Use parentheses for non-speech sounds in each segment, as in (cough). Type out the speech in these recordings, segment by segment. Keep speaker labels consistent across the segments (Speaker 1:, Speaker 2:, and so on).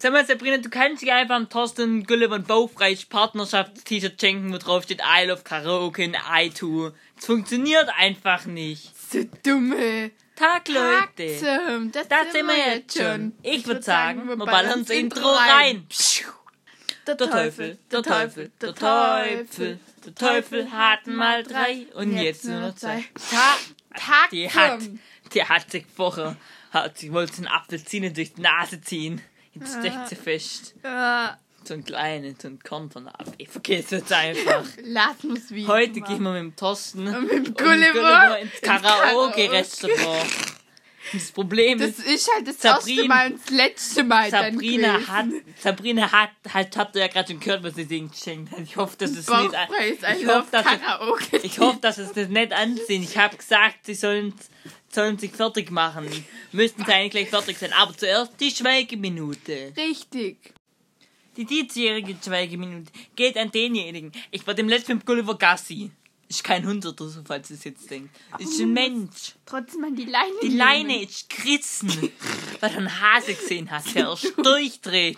Speaker 1: Sag mal, Sabrina, du kannst dir einfach einen Thorsten Gülle von Baufreich Partnerschafts-T-Shirt schenken, wo drauf steht I love Karaoke und I too. Es funktioniert einfach nicht.
Speaker 2: So dumme.
Speaker 1: Tag, Leute.
Speaker 2: Zum, das,
Speaker 1: Da sind wir jetzt schon. Ich würde sagen, wir ballern ins Intro rein. Pschuh. Der Teufel, der Teufel, der Teufel, der Teufel hatten mal drei und jetzt nur noch zwei. Ta
Speaker 2: Tag
Speaker 1: die hat,
Speaker 2: zum.
Speaker 1: die hat sich vorher, hat, sie wollte den Apfel ziehen und durch die Nase ziehen. Jetzt steckt sie fest.
Speaker 2: Äh,
Speaker 1: So ein kleinen, so ein Korn von der Apfel. Ich vergesse es einfach.
Speaker 2: lass uns wieder.
Speaker 1: Heute gehen wir mit dem Thorsten und
Speaker 2: mit dem
Speaker 1: mit
Speaker 2: Gulliver
Speaker 1: Gulliver ins
Speaker 2: ins
Speaker 1: Karaoke-Restaurant. Das Problem
Speaker 2: Das
Speaker 1: ist,
Speaker 2: ist halt das
Speaker 1: Sabrina-
Speaker 2: erste Mal und das letzte Mal. dann
Speaker 1: Sabrina
Speaker 2: gewesen.
Speaker 1: hat, Sabrina hat, halt, habt ihr ja gerade schon gehört, was sie singt, schenkt. Ich hoffe, dass es nicht,
Speaker 2: Bauchpreis,
Speaker 1: ich
Speaker 2: also
Speaker 1: hoffe,
Speaker 2: auf
Speaker 1: dass es-
Speaker 2: Karaoke.
Speaker 1: ich hoffe, dass es das nicht ansehen. Ich habe gesagt, sie sollen, sollen sich fertig machen. Müssten sie eigentlich gleich fertig sein. Aber zuerst die Schweigeminute.
Speaker 2: Richtig.
Speaker 1: Die diesjährige Schweigeminute geht an denjenigen. Ich war dem letzten mit Gulliver Gassi. Ist kein Hund oder so, falls ihr es jetzt denkt. Ist ein Mensch.
Speaker 2: Trotzdem an die Leine.
Speaker 1: Die Leine ist gerissen, (laughs) weil er einen Hase gesehen hat, der erst durchdreht.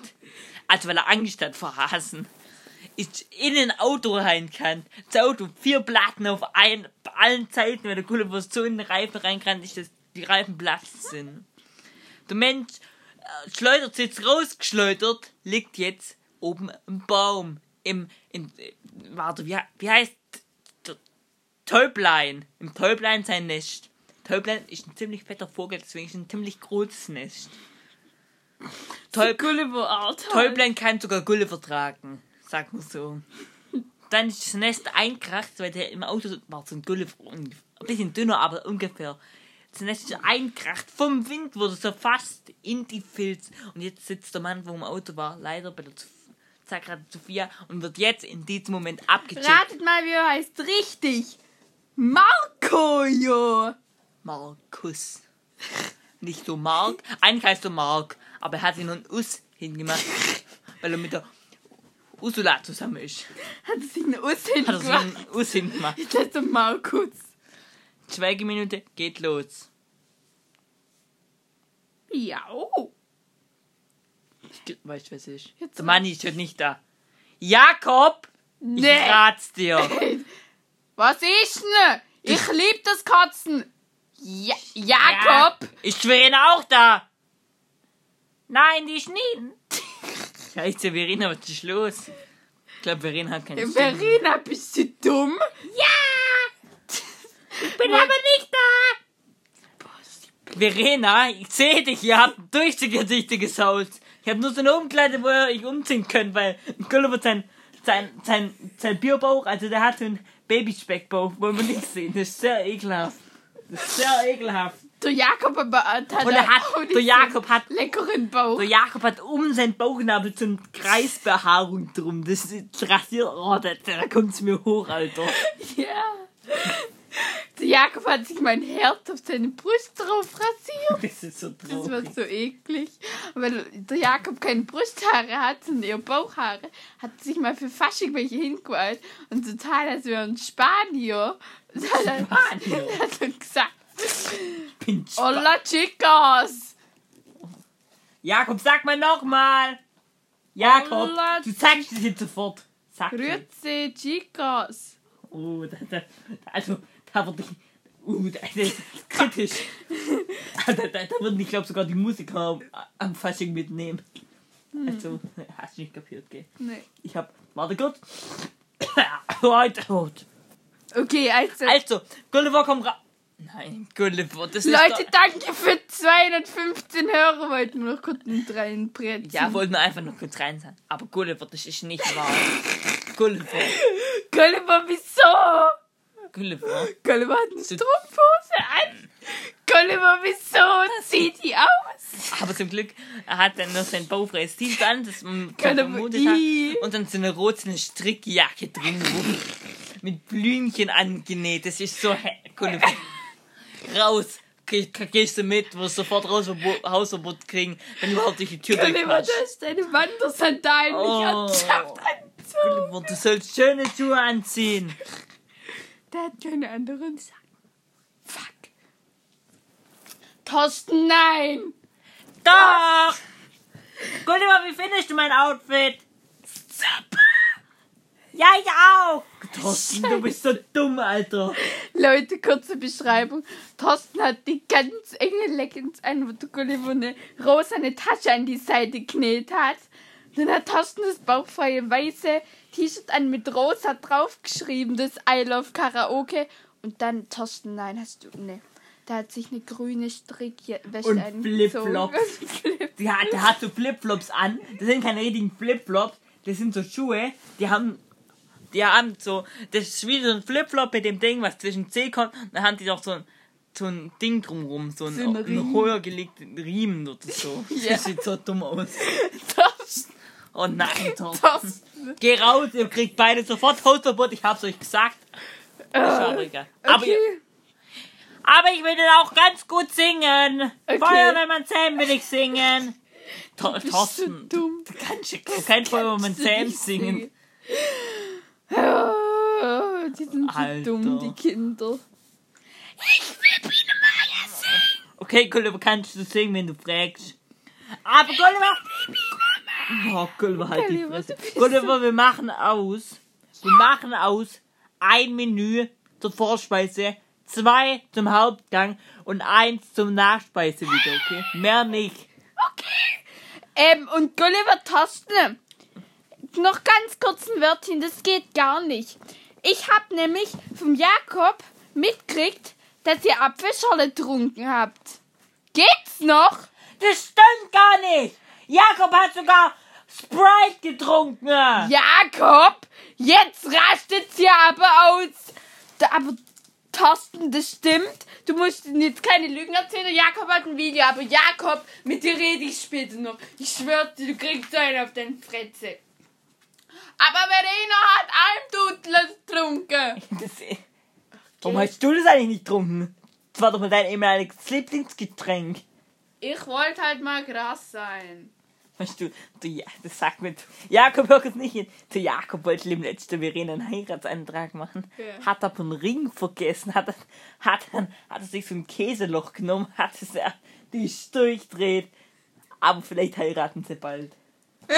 Speaker 1: Also weil er Angst hat vor Hasen. Ist in ein Auto rein kann. Das Auto, vier Platten auf ein, allen Zeiten, wenn der Kullerwurst so in den Reifen rein kann, ist, dass die Reifen blass sind. Der Mensch äh, schleudert sich jetzt rausgeschleudert, liegt jetzt oben im Baum. Im, in, äh, warte, wie, he- wie heißt der Täublein? Im Täublein sein Nest. Täublein ist ein ziemlich fetter Vogel, deswegen ist ein ziemlich großes Nest. Täub,
Speaker 2: Gulliver Art.
Speaker 1: Täublein kann sogar Gulle vertragen, sag mal so. Dann ist das Nest einkracht, weil der im Auto war so ein Gulle, ein bisschen dünner, aber ungefähr. Das Nest ist einkracht, vom Wind wurde so fast in die Filz. Und jetzt sitzt der Mann, wo im Auto war, leider bei der Zagrad Sophia und wird jetzt in diesem Moment abgecheckt.
Speaker 2: Ratet mal, wie er heißt. Richtig. Marco, jo.
Speaker 1: Markus. (laughs) Nicht so Mark, eigentlich heißt er Mark, aber er hat ihn einen Us hingemacht, weil er mit der Ursula zusammen ist.
Speaker 2: Hat er sich eine Us
Speaker 1: Hat er Also so
Speaker 2: hingemacht?
Speaker 1: einen Us hingemacht.
Speaker 2: Jetzt heißt er Markus.
Speaker 1: Schweigeminute geht los.
Speaker 2: Ja.
Speaker 1: Ich glaub, Weißt du, was ist?
Speaker 2: Jetzt
Speaker 1: der Manni ist heute nicht da. Jakob! Ich
Speaker 2: Nee.
Speaker 1: rat's dir!
Speaker 2: Was ist denn? Ich lieb das Katzen. Ja (laughs) Jakob.
Speaker 1: Ja, Ist Verena auch da? Nein, die ist
Speaker 2: (laughs)
Speaker 1: nie. Scheiße, Verena, was ist los? Ich glaube, Verena hat keine Stimme.
Speaker 2: Verena, bist du dumm?
Speaker 1: Ja! Ich bin aber nicht da! Verena, ich sehe dich, ihr habt ein durchsichtiges Haus. Ich habe nur so eine Umkleide, wo ihr euch umziehen könnt, weil Gulliver sein, sein, sein, sein Bierbauch, also der hat so einen Babyspeckbauch, wollen wir nicht sehen. Das ist sehr ekelhaft. Das ist sehr ekelhaft.
Speaker 2: Der Jakob aber hat
Speaker 1: Und er hat,
Speaker 2: auch
Speaker 1: der
Speaker 2: diesen
Speaker 1: Jakob hat,
Speaker 2: leckeren Bauch.
Speaker 1: der Jakob hat um seinen Bauchnabel so eine Kreisbehaarung drum. Das ist rasiert, oh, da, da kommt's mir hoch, Alter.
Speaker 2: Ja. Der Jakob hat sich mein Herz auf seine Brust drauf rasiert.
Speaker 1: Das ist so traurig.
Speaker 2: Das war so eklig. Weil der Jakob keine Brusthaare hat, sondern eher Bauchhaare, hat sich mal für Fasching welche hingeholt und total, als wäre er ein Spanier. Und Hat er,
Speaker 1: Spanier?
Speaker 2: hat er gesagt,
Speaker 1: Pinch.
Speaker 2: hola chicos!
Speaker 1: Jakob, sag mal nochmal. Jakob,
Speaker 2: Hola.
Speaker 1: du sagst es jetzt sofort. Sag mal.
Speaker 2: Oh, Grüezi chicos!
Speaker 1: Oh, da, da, also, da wird ich. Uh, da- das ist kritisch.
Speaker 2: (laughs)
Speaker 1: da, da, da würden, ich glaube, sogar die Musiker am, am Fasching mitnehmen.
Speaker 2: Hm.
Speaker 1: Also, hast du nicht kapiert, gell?
Speaker 2: Nee.
Speaker 1: Ich hab. Warte kurz. (coughs) Heute.
Speaker 2: Okay, also,
Speaker 1: Also, Gulliver, komm ra. Nein, Gulliver, das ist.
Speaker 2: Leute,
Speaker 1: doch-
Speaker 2: danke für 215 Hörer. Wollten wir noch kurz mit reinbrechen.
Speaker 1: Ja, wollten wir einfach noch kurz rein sein. Aber Gulliver, das ist nicht
Speaker 2: (laughs)
Speaker 1: wahr. Gulliver,
Speaker 2: Gulliver, wieso?
Speaker 1: Gulliver.
Speaker 2: Gulliver hat eine Strumpfhose an. Gulliver, wieso sieht die aus?
Speaker 1: Aber zum Glück hat er noch sein baufreies T-Shirt an, das man
Speaker 2: Keine
Speaker 1: vermutet
Speaker 2: Ii.
Speaker 1: hat. Und dann so eine rote Strickjacke drin, wo- (laughs) mit Blümchen angenäht. Das ist so hä- (laughs) Kunde, Raus! Geh- Gehst du mit, wirst sofort raus, Verbo- Hausverbot kriegen, wenn du überhaupt durch die Tür
Speaker 2: Gulliver, du
Speaker 1: durchquatschst.
Speaker 2: hast deine Wandersandalen
Speaker 1: Oh.
Speaker 2: nicht ernsthaft angezogen.
Speaker 1: Gulliver, Du sollst schöne Schuhe anziehen.
Speaker 2: Der hat keine anderen Sachen. Fuck. Thorsten, nein.
Speaker 1: Doch! Gulliver, wie findest du mein Outfit? Super! Ja, ich auch! Thorsten, du bist so dumm, Alter.
Speaker 2: Leute, kurze Beschreibung. Thorsten hat die ganz enge Leggings an, wo der Gulliver eine rosane Tasche an die Seite genäht hat. Dann hat Thorsten das bauchfreie weiße T-Shirt an mit rosa draufgeschrieben, das I Love Karaoke. Und dann Thorsten, nein, hast du, ne. Da hat sich eine grüne Strickwäsche
Speaker 1: Und
Speaker 2: angezogen. (laughs)
Speaker 1: Flipflops. Die hat, der hat so Flipflops an. Das sind keine richtigen Flipflops. Das sind so Schuhe. Die haben, die haben so, das ist wie so ein Flipflop mit dem Ding, was zwischen C kommt. Dann haben die doch so ein, so ein Ding drumrum, so ein,
Speaker 2: So ein Riemen.
Speaker 1: höher gelegten Riemen oder
Speaker 2: (laughs)
Speaker 1: so. Das sieht so dumm aus.
Speaker 2: Thorsten,
Speaker 1: Oh nein, Thorsten.
Speaker 2: Thorsten.
Speaker 1: Geh raus, ihr kriegt beide sofort Hausverbot. Ich hab's euch gesagt. Ist aber egal. Aber,
Speaker 2: Äh, Okay.
Speaker 1: ihr, aber ich will dann auch ganz gut singen.
Speaker 2: Okay.
Speaker 1: Feuerwehrmann Sam will ich
Speaker 2: (laughs)
Speaker 1: singen. Thor-
Speaker 2: Bist
Speaker 1: Thorsten,
Speaker 2: du dumm?
Speaker 1: kannst du kein Feuerwehrmann Sam um singen.
Speaker 2: Oh, die sind so
Speaker 1: Alter.
Speaker 2: dumm, die Kinder.
Speaker 1: Okay, Gulliver, kannst du singen, wenn du fragst. Aber Gulliver... Oh, Gulliver, halt die
Speaker 2: Gulliver,
Speaker 1: Fresse.
Speaker 2: du bist
Speaker 1: Gulliver, wir machen aus. Wir machen aus ein Menü zur Vorspeise, zwei zum Hauptgang und eins zum Nachspeise wieder, okay? Mehr nicht.
Speaker 2: Ähm, und Gulliver Thorsten, noch ganz kurz ein Wörtchen, das geht gar nicht. Ich hab nämlich vom Jakob mitgekriegt, dass ihr Apfelschorle getrunken habt. Geht's noch?
Speaker 1: Das stimmt gar nicht! Jakob hat sogar Sprite getrunken! Ja.
Speaker 2: Jakob, jetzt rastet's ja aber aus. Da, aber Thorsten, das stimmt. Du musst ihnen jetzt keine Lügen erzählen. Jakob hat ein Video, aber Jakob, mit dir rede ich später noch. Ich schwör dir, du kriegst einen auf deine Fretze. Aber Verena hat Almdudler getrunken.
Speaker 1: Warum hast du das eigentlich nicht getrunken? Das war doch mal dein ehemaliges Lieblingsgetränk.
Speaker 2: Ich wollte halt mal krass sein.
Speaker 1: Weißt du, du, ja, das sagt mir, du- Jakob hört es nicht hin. Der Jakob wollte im letzten Verena einen Heiratsantrag machen,
Speaker 2: Ja.
Speaker 1: hat aber einen Ring vergessen, hat, hat, hat er sich so ein Käseloch genommen, hat es ja, die ist durchdreht. Aber vielleicht heiraten sie bald.
Speaker 2: Äh,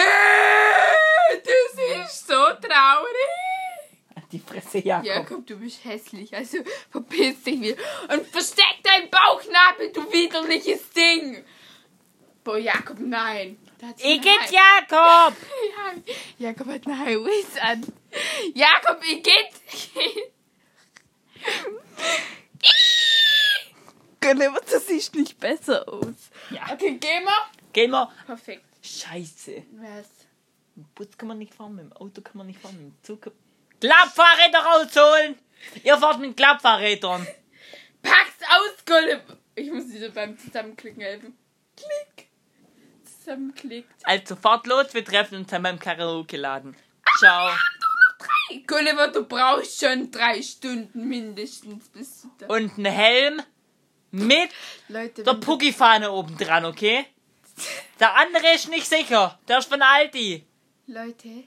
Speaker 2: Das ist so traurig.
Speaker 1: Halt Die Fresse, Jakob.
Speaker 2: Jakob, du bist hässlich, also (laughs) verpiss dich wieder und versteck deinen Bauchnabel, du widerliches Ding! Boah, Jakob, nein! Da hat sie eine
Speaker 1: Igitt,
Speaker 2: Hi-
Speaker 1: Jakob!
Speaker 2: Ja, (laughs) Jakob hat eine Highways an. Jakob, (laughs) Igitt! Gulliver, du siehst nicht besser aus.
Speaker 1: Ja.
Speaker 2: Okay, gehen wir.
Speaker 1: Gehen wir.
Speaker 2: Perfekt.
Speaker 1: Scheiße.
Speaker 2: Was?
Speaker 1: Mit dem Bus kann man nicht fahren, mit dem Auto kann man nicht fahren, mit dem Zug. kann- Klappfahrräder rausholen! Ihr fahrt mit Klappfahrrädern!
Speaker 2: Pack's aus, Gulliver! Ich muss dir beim Zusammenklicken helfen. Klick! Zusammenklickt.
Speaker 1: Also fahrt los, wir treffen uns dann beim Karaoke-Laden. Ciao!
Speaker 2: Gulliver, du brauchst schon drei Stunden mindestens, bis du da.
Speaker 1: Und einen Helm mit
Speaker 2: Leute,
Speaker 1: der
Speaker 2: wenn-
Speaker 1: Pucki-Fahne oben dran, okay? Der andere ist nicht sicher. Der ist von Aldi.
Speaker 2: Leute,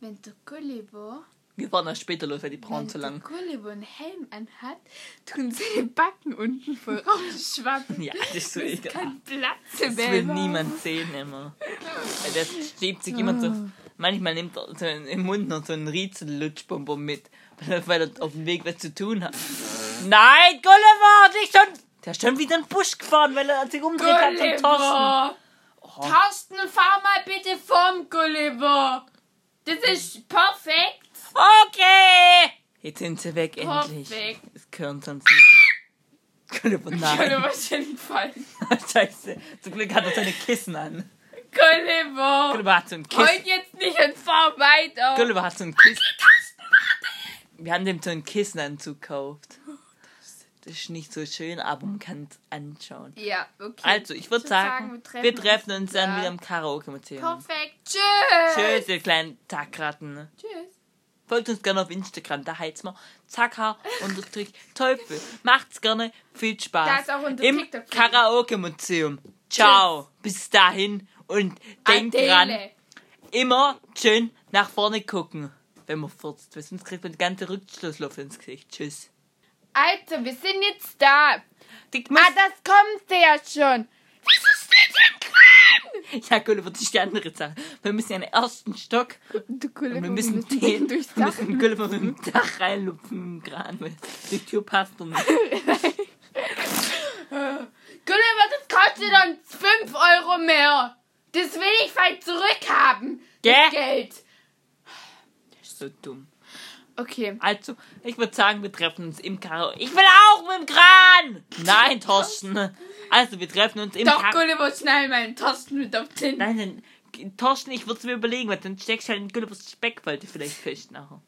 Speaker 2: wenn der Gulliver,
Speaker 1: Wir fahren dann später los, weil die brauchen
Speaker 2: wenn
Speaker 1: zu
Speaker 2: der
Speaker 1: lang.
Speaker 2: Gulliver einen Helm anhat, tun seine Backen unten voll rausschwappen.
Speaker 1: Ja, das ist so egal.
Speaker 2: Kein Platz
Speaker 1: Das
Speaker 2: mehr.
Speaker 1: will
Speaker 2: überhaupt.
Speaker 1: niemand sehen immer. Weil Das schiebt sich jemand so. Manchmal nimmt er so in- im Mund noch so einen Riesel-Lutschbonbon mit, weil er- weil er auf dem Weg was zu tun hat. Nein, Gulliver, nicht schon. Der ist schon wieder in den Busch gefahren, weil er sich umdreht hat zum Thorsten.
Speaker 2: Gulliver! Thorsten, fahr mal bitte vom Gulliver! Das ist perfekt!
Speaker 1: Okay! Jetzt sind sie weg, endlich.
Speaker 2: Perfekt.
Speaker 1: Es gehören sonst nicht. Gulliver, nein.
Speaker 2: Gulliver ist hingefallen.
Speaker 1: (laughs) Scheiße. Zum Glück hat er seine Kissen an.
Speaker 2: Gulliver!
Speaker 1: Gulliver hat so ein Kissen.
Speaker 2: Heut jetzt nicht und fahr weiter!
Speaker 1: Gulliver hat so ein Kissen. Wir haben dem so einen Kissenanzug gekauft. Das ist nicht so schön, aber man kann es anschauen.
Speaker 2: Ja, okay.
Speaker 1: Also, ich würde
Speaker 2: würd
Speaker 1: sagen, wir treffen uns dann
Speaker 2: da.
Speaker 1: wieder im Karaoke-Museum.
Speaker 2: Perfekt. Tschüss.
Speaker 1: Tschüss, ihr kleinen Tackratten.
Speaker 2: Tschüss.
Speaker 1: Folgt uns gerne auf Instagram, da heißt man Zacker unterstrich Teufel. Macht's gerne, viel Spaß.
Speaker 2: Da ist auch unser
Speaker 1: Im
Speaker 2: TikTok-Video.
Speaker 1: Karaoke-Museum. Ciao, bis dahin und denkt
Speaker 2: Adele.
Speaker 1: dran, immer schön nach vorne gucken, wenn man furzt, weil sonst kriegt man die ganze Rückschlussluft ins Gesicht. Tschüss.
Speaker 2: Also, wir sind jetzt da.
Speaker 1: Die
Speaker 2: Ah, das kommt ja schon. Wieso steht ihr dran?
Speaker 1: Ja, Gulliver, das ist die andere Sache. Wir müssen ja in den ersten Stock
Speaker 2: Du
Speaker 1: und
Speaker 2: Gulliver
Speaker 1: wir müssen
Speaker 2: mit
Speaker 1: den,
Speaker 2: (laughs) durchs
Speaker 1: wir
Speaker 2: Dach.
Speaker 1: müssen Gulliver mit dem Dach reinlupfen im Kran, weil die Tür passt doch nicht.
Speaker 2: Gulliver, das kostet uns 5 Euro mehr. Das will ich bald zurückhaben.
Speaker 1: Gell?
Speaker 2: Das Geld.
Speaker 1: Das ist so dumm.
Speaker 2: Okay.
Speaker 1: Also, ich würde sagen, wir treffen uns im Karo. Ich will auch mit dem Kran! Nein, Torsten. Also, wir treffen uns im
Speaker 2: Doch,
Speaker 1: Karo.
Speaker 2: Gulliver, schnell meinen Tasten mit auf den.
Speaker 1: Nein, dann, Torsten, ich würde es mir überlegen, weil dann steckst du halt in Gullivers Speckfalte vielleicht fest nachher.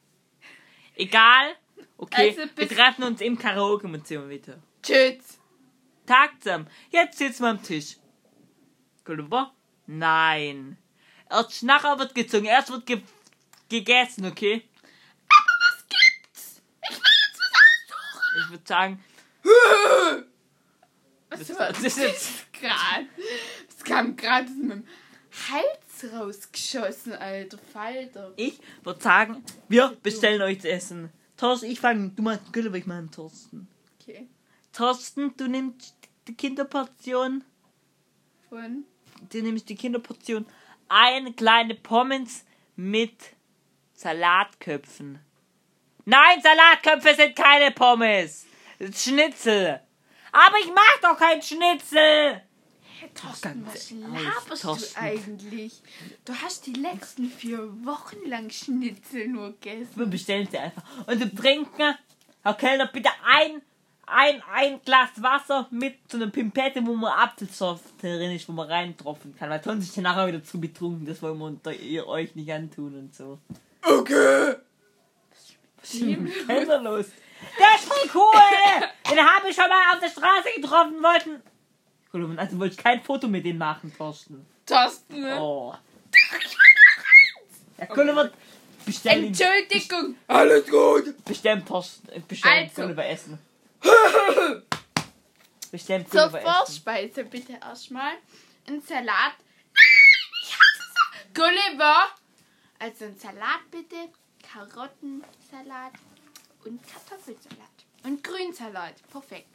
Speaker 1: Egal. Okay,
Speaker 2: Also
Speaker 1: wir
Speaker 2: bis-
Speaker 1: treffen uns im Karaoke-Museum wieder. (laughs)
Speaker 2: Tschüss.
Speaker 1: Tag zusammen. Jetzt sitzen wir am Tisch. Gulliver? Nein. Erst nachher wird gezogen, erst wird ge gegessen, okay? Ich würde sagen,
Speaker 2: Was war
Speaker 1: das ist jetzt.
Speaker 2: gerade? Es kam gerade mit dem Hals rausgeschossen, alter Falter.
Speaker 1: Ich würde sagen, wir bestellen euch zu essen. Thorsten, ich fange, du machst Gulliver, ich mache Thorsten.
Speaker 2: Okay.
Speaker 1: Thorsten, du nimmst die Kinderportion.
Speaker 2: Von.
Speaker 1: Du nimmst die Kinderportion. Eine kleine Pommes mit Salatköpfen. Nein, Salatköpfe sind keine Pommes. Das ist Schnitzel. Aber ich mag doch kein Schnitzel.
Speaker 2: Thorsten, was
Speaker 1: ehrlich,
Speaker 2: laberst
Speaker 1: Thorsten.
Speaker 2: du eigentlich? Du hast die letzten vier Wochen lang Schnitzel nur gegessen.
Speaker 1: Wir bestellen sie einfach. Und zum Trinken, Herr Kellner, bitte ein, ein, ein Glas Wasser mit so einer Pimpette, wo man Apfelsaft drin ist, wo man reintropfen kann. Weil sonst ist ja nachher wieder zu betrunken. Das wollen wir unter ihr euch nicht antun und so.
Speaker 2: Okay.
Speaker 1: Was ist denn los? Der ist voll
Speaker 2: (laughs)
Speaker 1: cool! Den habe ich schon mal auf der Straße getroffen wollten. Cool, also wollte ich kein Foto mit dem machen, Thorsten.
Speaker 2: Thorsten, ne?
Speaker 1: Oh. Ja, Gulliver, bestell ihn.
Speaker 2: Entschuldigung. Alles gut.
Speaker 1: Bestell Thorsten. äh, Bestell
Speaker 2: Also.
Speaker 1: Gulliver
Speaker 2: (laughs)
Speaker 1: Essen. Bestell
Speaker 2: Zur
Speaker 1: Gulliver Essen.
Speaker 2: Vorspeise bitte erstmal ein Salat. Nein, ich hasse Salat. Gulliver. Also ein Salat bitte, Karottensalat und Kartoffelsalat. Und Grünsalat, perfekt.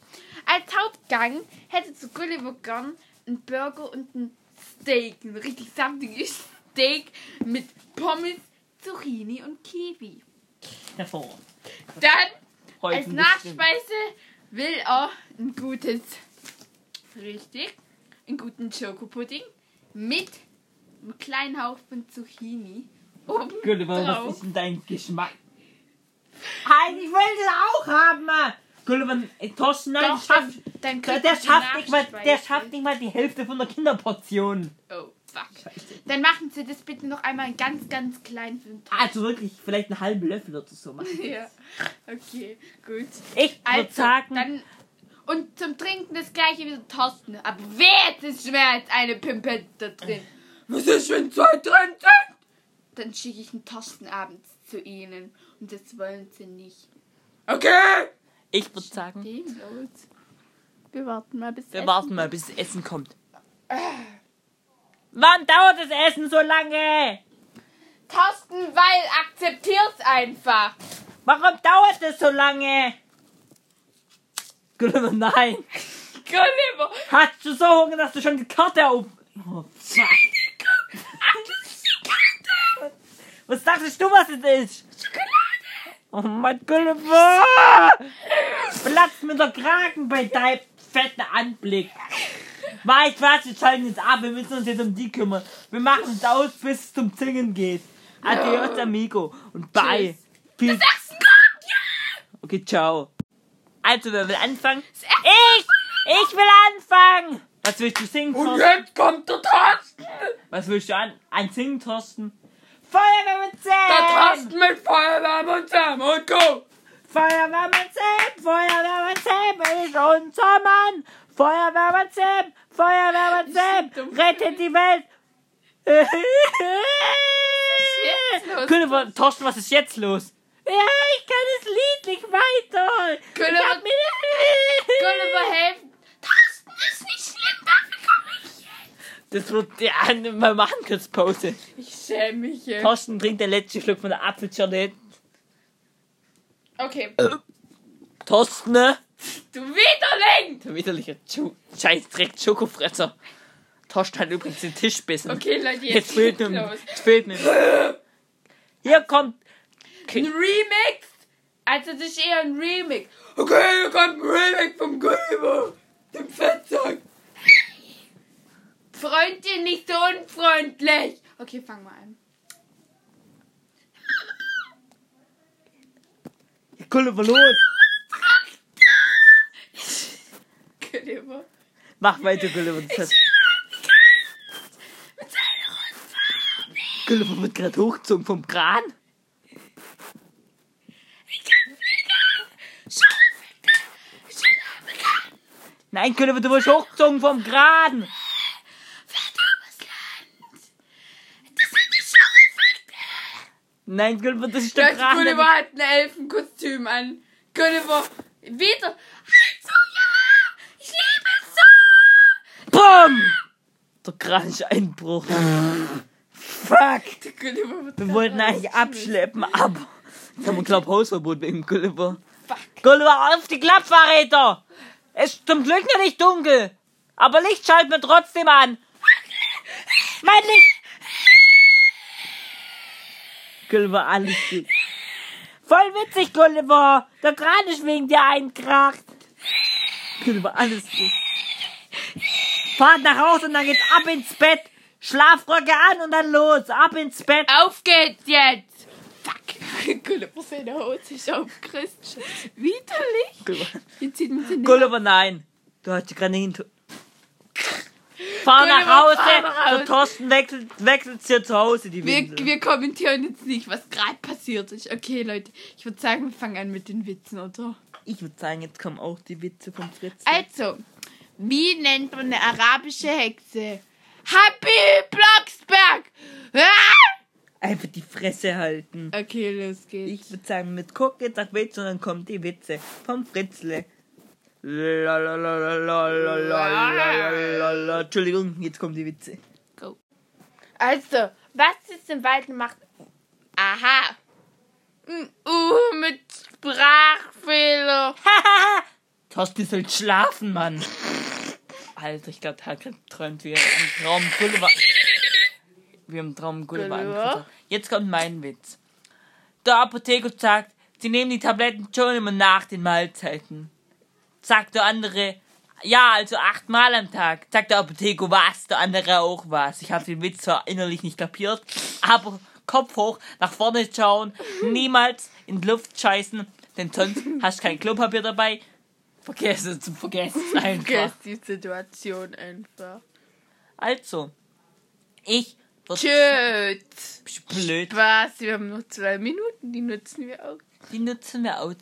Speaker 2: Als Hauptgang hättest du Gulliver gern einen Burger und ein Steak. Ein richtig saftiges Steak mit Pommes, Zucchini und Kiwi.
Speaker 1: Davor.
Speaker 2: Dann
Speaker 1: Heute
Speaker 2: als
Speaker 1: bestimmt.
Speaker 2: Nachspeise will er ein gutes, richtig, einen guten Schokopudding mit einem kleinen Hauch von Zucchini oben
Speaker 1: Gulliver, was
Speaker 2: drauf.
Speaker 1: ist denn dein Geschmack? Halt, ich will das auch haben! Mann. Gulliver, äh, Thorsten, nein, ich schaff,
Speaker 2: dann
Speaker 1: Der,
Speaker 2: kriegt
Speaker 1: der,
Speaker 2: er die
Speaker 1: schafft nicht mal, der
Speaker 2: Nachspeise.
Speaker 1: schafft nicht mal die Hälfte von der Kinderportion.
Speaker 2: Oh, fuck. Dann machen Sie das bitte noch einmal ganz, ganz klein für den Tag.
Speaker 1: Also wirklich, vielleicht einen halben Löffel oder so machen.
Speaker 2: (laughs) Ja. Okay, gut.
Speaker 1: Ich würde
Speaker 2: Also,
Speaker 1: sagen,
Speaker 2: dann... Und zum Trinken das gleiche wie der Thorsten. Aber wer ist es schwer als eine Pimpette da drin?
Speaker 1: was ist, wenn zwei drin sind?
Speaker 2: Dann schicke ich einen Thorsten abends zu ihnen. Und das wollen sie nicht.
Speaker 1: Okay! Ich würde sagen,
Speaker 2: Dem los. Wir warten mal bis
Speaker 1: wir warten mal, bis das Essen kommt. Wann dauert das Essen so lange?
Speaker 2: Thorsten Weil akzeptier's einfach.
Speaker 1: Warum dauert das so lange? Gulliver, nein.
Speaker 2: Gulliver.
Speaker 1: Hast du so Hunger, dass du schon die Karte auf... Oh, fuck.
Speaker 2: (laughs) Ach, das ist die Karte.
Speaker 1: Was dachtest du, was es ist?
Speaker 2: Schokolade.
Speaker 1: Oh mein Gulliver! Platzt mir der Kragen bei deinem fetten Anblick. Weißt du was, wir schalten jetzt ab, wir müssen uns jetzt um die kümmern. Wir machen uns aus, bis es zum Singen geht. Adios, amigo. Und bye. Viel
Speaker 2: Das kommt ja.
Speaker 1: okay, ciao. Also, wer will anfangen?
Speaker 2: erste
Speaker 1: Ich! Ich will anfangen! Was willst du singen, Thorsten?
Speaker 2: jetzt kommt der Thorsten.
Speaker 1: Was willst du an? Ein Singen, Thorsten? Feuerwehr mit Zähnen!
Speaker 2: mit Feuerwehr und Sam und go.
Speaker 1: Feuerwehrmann Sepp, Feuerwehrmann Sepp, es ist unser Mann. Feuerwehrmann Sepp, Feuerwehrmann Sepp,
Speaker 2: dumm.
Speaker 1: rettet die Welt.
Speaker 2: jetzt los,
Speaker 1: Gulliver, Thorsten, was ist jetzt los? Ja, ich kann das Lied nicht weiter.
Speaker 2: Gulliver-
Speaker 1: Ich hab mir-
Speaker 2: Gulliver helfen. Thorsten ist nicht schlimm, dafür komme ich.
Speaker 1: Das wird, ja, wir machen kurz Pause.
Speaker 2: Ich schäme mich jetzt.
Speaker 1: Thorsten trinkt den letzten Schluck von der Apfelschorle.
Speaker 2: Okay.
Speaker 1: Thorsten, ne?
Speaker 2: Du Widerling.
Speaker 1: Der widerliche Schu- Scheißdreck Schokofresser. Torsten hat übrigens den Tisch bissen.
Speaker 2: Okay, Leute, jetzt,
Speaker 1: Jetzt (laughs) fehlt
Speaker 2: geht's
Speaker 1: mir.
Speaker 2: los.
Speaker 1: Jetzt fehlt mir. Hier kommt.
Speaker 2: Ein Remix? Also, das ist eher ein Remix. Okay, hier kommt ein Remix vom Gulliver. Dem Fettsack. Freundin, nicht so unfreundlich. Okay, fang mal an.
Speaker 1: Gulliver los.
Speaker 2: Gulliver.
Speaker 1: Mach weiter, Gulliver. Das hat- Gulliver wird gerade hochgezogen vom Kran. Nein, Gulliver, du wirst hochgezogen vom Kran.
Speaker 2: Dummes Land. Das sind die Schaueffekte.
Speaker 1: Nein, Gulliver, das ist der
Speaker 2: Leute,
Speaker 1: Kran.
Speaker 2: Gulliver hat ein Elfenkostüm an. Gulliver, wieder. Also, ja. Ich liebe es so.
Speaker 1: BOM! Der Kran ist Einbruch. Fuck.
Speaker 2: Der Gulliver wird
Speaker 1: Wir wollten
Speaker 2: gerade
Speaker 1: eigentlich
Speaker 2: rausgeschmissen.
Speaker 1: abschleppen, aber jetzt haben wir, glaub Hausverbot wegen Gulliver.
Speaker 2: Fuck.
Speaker 1: Gulliver, auf die Klappfahrräder! Es ist zum Glück noch nicht dunkel. Aber Licht schalten wir trotzdem an. Mein Licht! Gulliver, alles gut. Voll witzig, Gulliver. Der Kran ist wegen dir einkracht. Gulliver, alles gut. Fahrt nach Hause und dann geht's ab ins Bett. Schlafröcke an und dann los. Ab ins Bett.
Speaker 2: Auf geht's jetzt. Fuck. (laughs) Gulliver, seine Hose ist aufgerissen. Widerlich.
Speaker 1: Gulliver.
Speaker 2: Jetzt sieht man sie
Speaker 1: (laughs)
Speaker 2: nicht.
Speaker 1: Gulliver, nein. Du hast die Granate. Fahr
Speaker 2: Gulliver,
Speaker 1: nach Hause.
Speaker 2: fahr nach Hause.
Speaker 1: Der Thorsten wechselt, wechselt hier zu Hause die
Speaker 2: Wir,
Speaker 1: Windel.
Speaker 2: wir kommentieren jetzt nicht, was gerade passiert ist. Okay, Leute, ich würde sagen, wir fangen an mit den Witzen, oder?
Speaker 1: Ich würde sagen, jetzt kommen auch die Witze von Fritz.
Speaker 2: Also, wie nennt man eine arabische Hexe? Happy Blocksberg! Ah!
Speaker 1: Einfach die Fresse halten.
Speaker 2: Okay, los geht's.
Speaker 1: Ich würde sagen, mit Guck jetzt nach Witz und dann kommen die Witze vom Fritzle. Lalalalalalalalalala. Entschuldigung, jetzt kommen die Witze.
Speaker 2: Go. Also, was ist im Wald macht? Aha. Ein Uh, mit Sprachfehler. (laughs)
Speaker 1: Thorsten soll schlafen, Mann. Alter, ich glaube, der hat gerade geträumt, wie er im Traum Gulliver. Wie im Traum Gulliver
Speaker 2: Gulliver?
Speaker 1: angeführt hat. Jetzt kommt mein Witz. Der Apotheker sagt, sie nehmen die Tabletten schon immer nach den Mahlzeiten. Sagt der andere, ja, also achtmal am Tag. Sagt der Apotheker was, der andere auch was. Ich habe den Witz zwar innerlich nicht kapiert, aber Kopf hoch, nach vorne schauen, niemals in die Luft scheißen, denn sonst hast du kein Klopapier dabei. Vergiss es, vergiss es einfach.
Speaker 2: Vergesst die Situation einfach.
Speaker 1: Also, ich würde
Speaker 2: Tschüss.
Speaker 1: blöd.
Speaker 2: Was? Wir haben noch zwei Minuten, die nutzen wir auch.
Speaker 1: Die nutzen wir aus.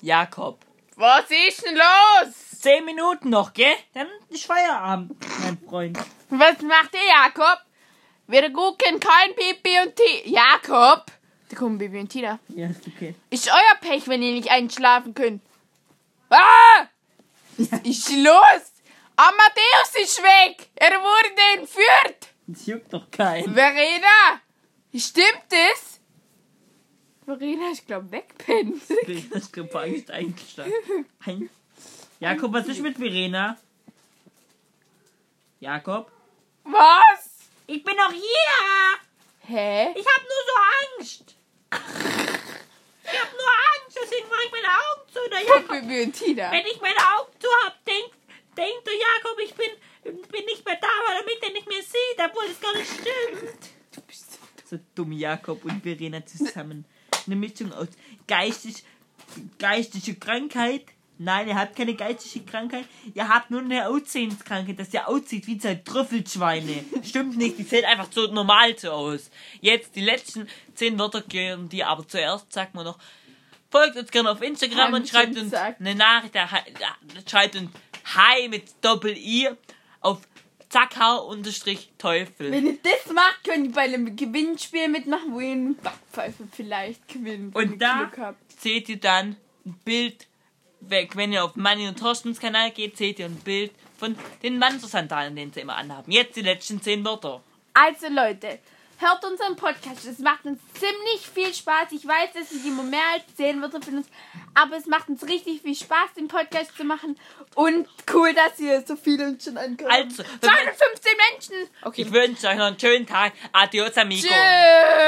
Speaker 1: Jakob.
Speaker 2: Was ist denn los?
Speaker 1: Zehn Minuten noch, gell? Dann ist Feierabend, mein Freund.
Speaker 2: Was macht ihr, Jakob? Wir gucken kein Bibi und Tina. Jakob? Da kommen Bibi und Tina.
Speaker 1: Ja, ist okay.
Speaker 2: Ist euer Pech, wenn ihr nicht einschlafen könnt. Ah! Was ist los? Amadeus ist weg. Er wurde entführt.
Speaker 1: Das juckt doch keinen.
Speaker 2: Verena, stimmt es? Verena, ich glaube, wegpennt.
Speaker 1: (laughs) Okay, Das ist Angst eingeschlagen. Ein. Jakob, was ist mit Verena? Jakob?
Speaker 2: Was?
Speaker 1: Ich bin noch hier!
Speaker 2: Hä?
Speaker 1: Ich hab nur so Angst! Ich hab nur Angst, deswegen mache ich meine Augen zu. Der Jakob
Speaker 2: Bibi und Tina.
Speaker 1: Wenn ich meine Augen zu hab, denkt denk du, Jakob, ich bin, bin nicht mehr da, weil er mich dann nicht mehr sieht, obwohl das gar nicht stimmt.
Speaker 2: Du bist
Speaker 1: So dumm Jakob und Verena zusammen. Eine Mischung aus geistig, geistige Krankheit. Nein, ihr habt keine geistige Krankheit. Ihr habt nur eine Aussehenskrankheit, dass ihr aussieht wie zwei Trüffelschweine. Stimmt nicht, die sehen einfach so normal so aus. Jetzt, die letzten zehn Wörter gehen die, aber zuerst sagt man noch, folgt uns gerne auf Instagram und
Speaker 2: Haben
Speaker 1: schreibt
Speaker 2: schon
Speaker 1: uns
Speaker 2: gesagt.
Speaker 1: eine Nachricht, ja, hi- ja, schreibt uns Hi mit Doppel-I auf Zackhau-Teufel.
Speaker 2: Wenn ihr das macht, könnt ihr bei einem Gewinnspiel mitmachen, wo ihr eine Backpfeife vielleicht gewinnt. wenn ihr
Speaker 1: Und da
Speaker 2: Glück habt.
Speaker 1: seht ihr dann ein Bild, weg. wenn ihr auf Manni und Thorstens Kanal geht, seht ihr ein Bild von den Manzo-Sandalen, den sie immer anhaben. Jetzt die letzten zehn Wörter.
Speaker 2: Also Leute, Hört unseren Podcast. Es macht uns ziemlich viel Spaß. Ich weiß, dass es immer mehr als 10 Wörter für uns, aber es macht uns richtig viel Spaß, den Podcast zu machen. Und cool, dass ihr so viele uns schon angehört habt.
Speaker 1: Also, wenn man-
Speaker 2: 215 Menschen!
Speaker 1: Ich
Speaker 2: Okay.
Speaker 1: wünsche euch noch einen schönen Tag. Adios, amigo.
Speaker 2: Tschüss!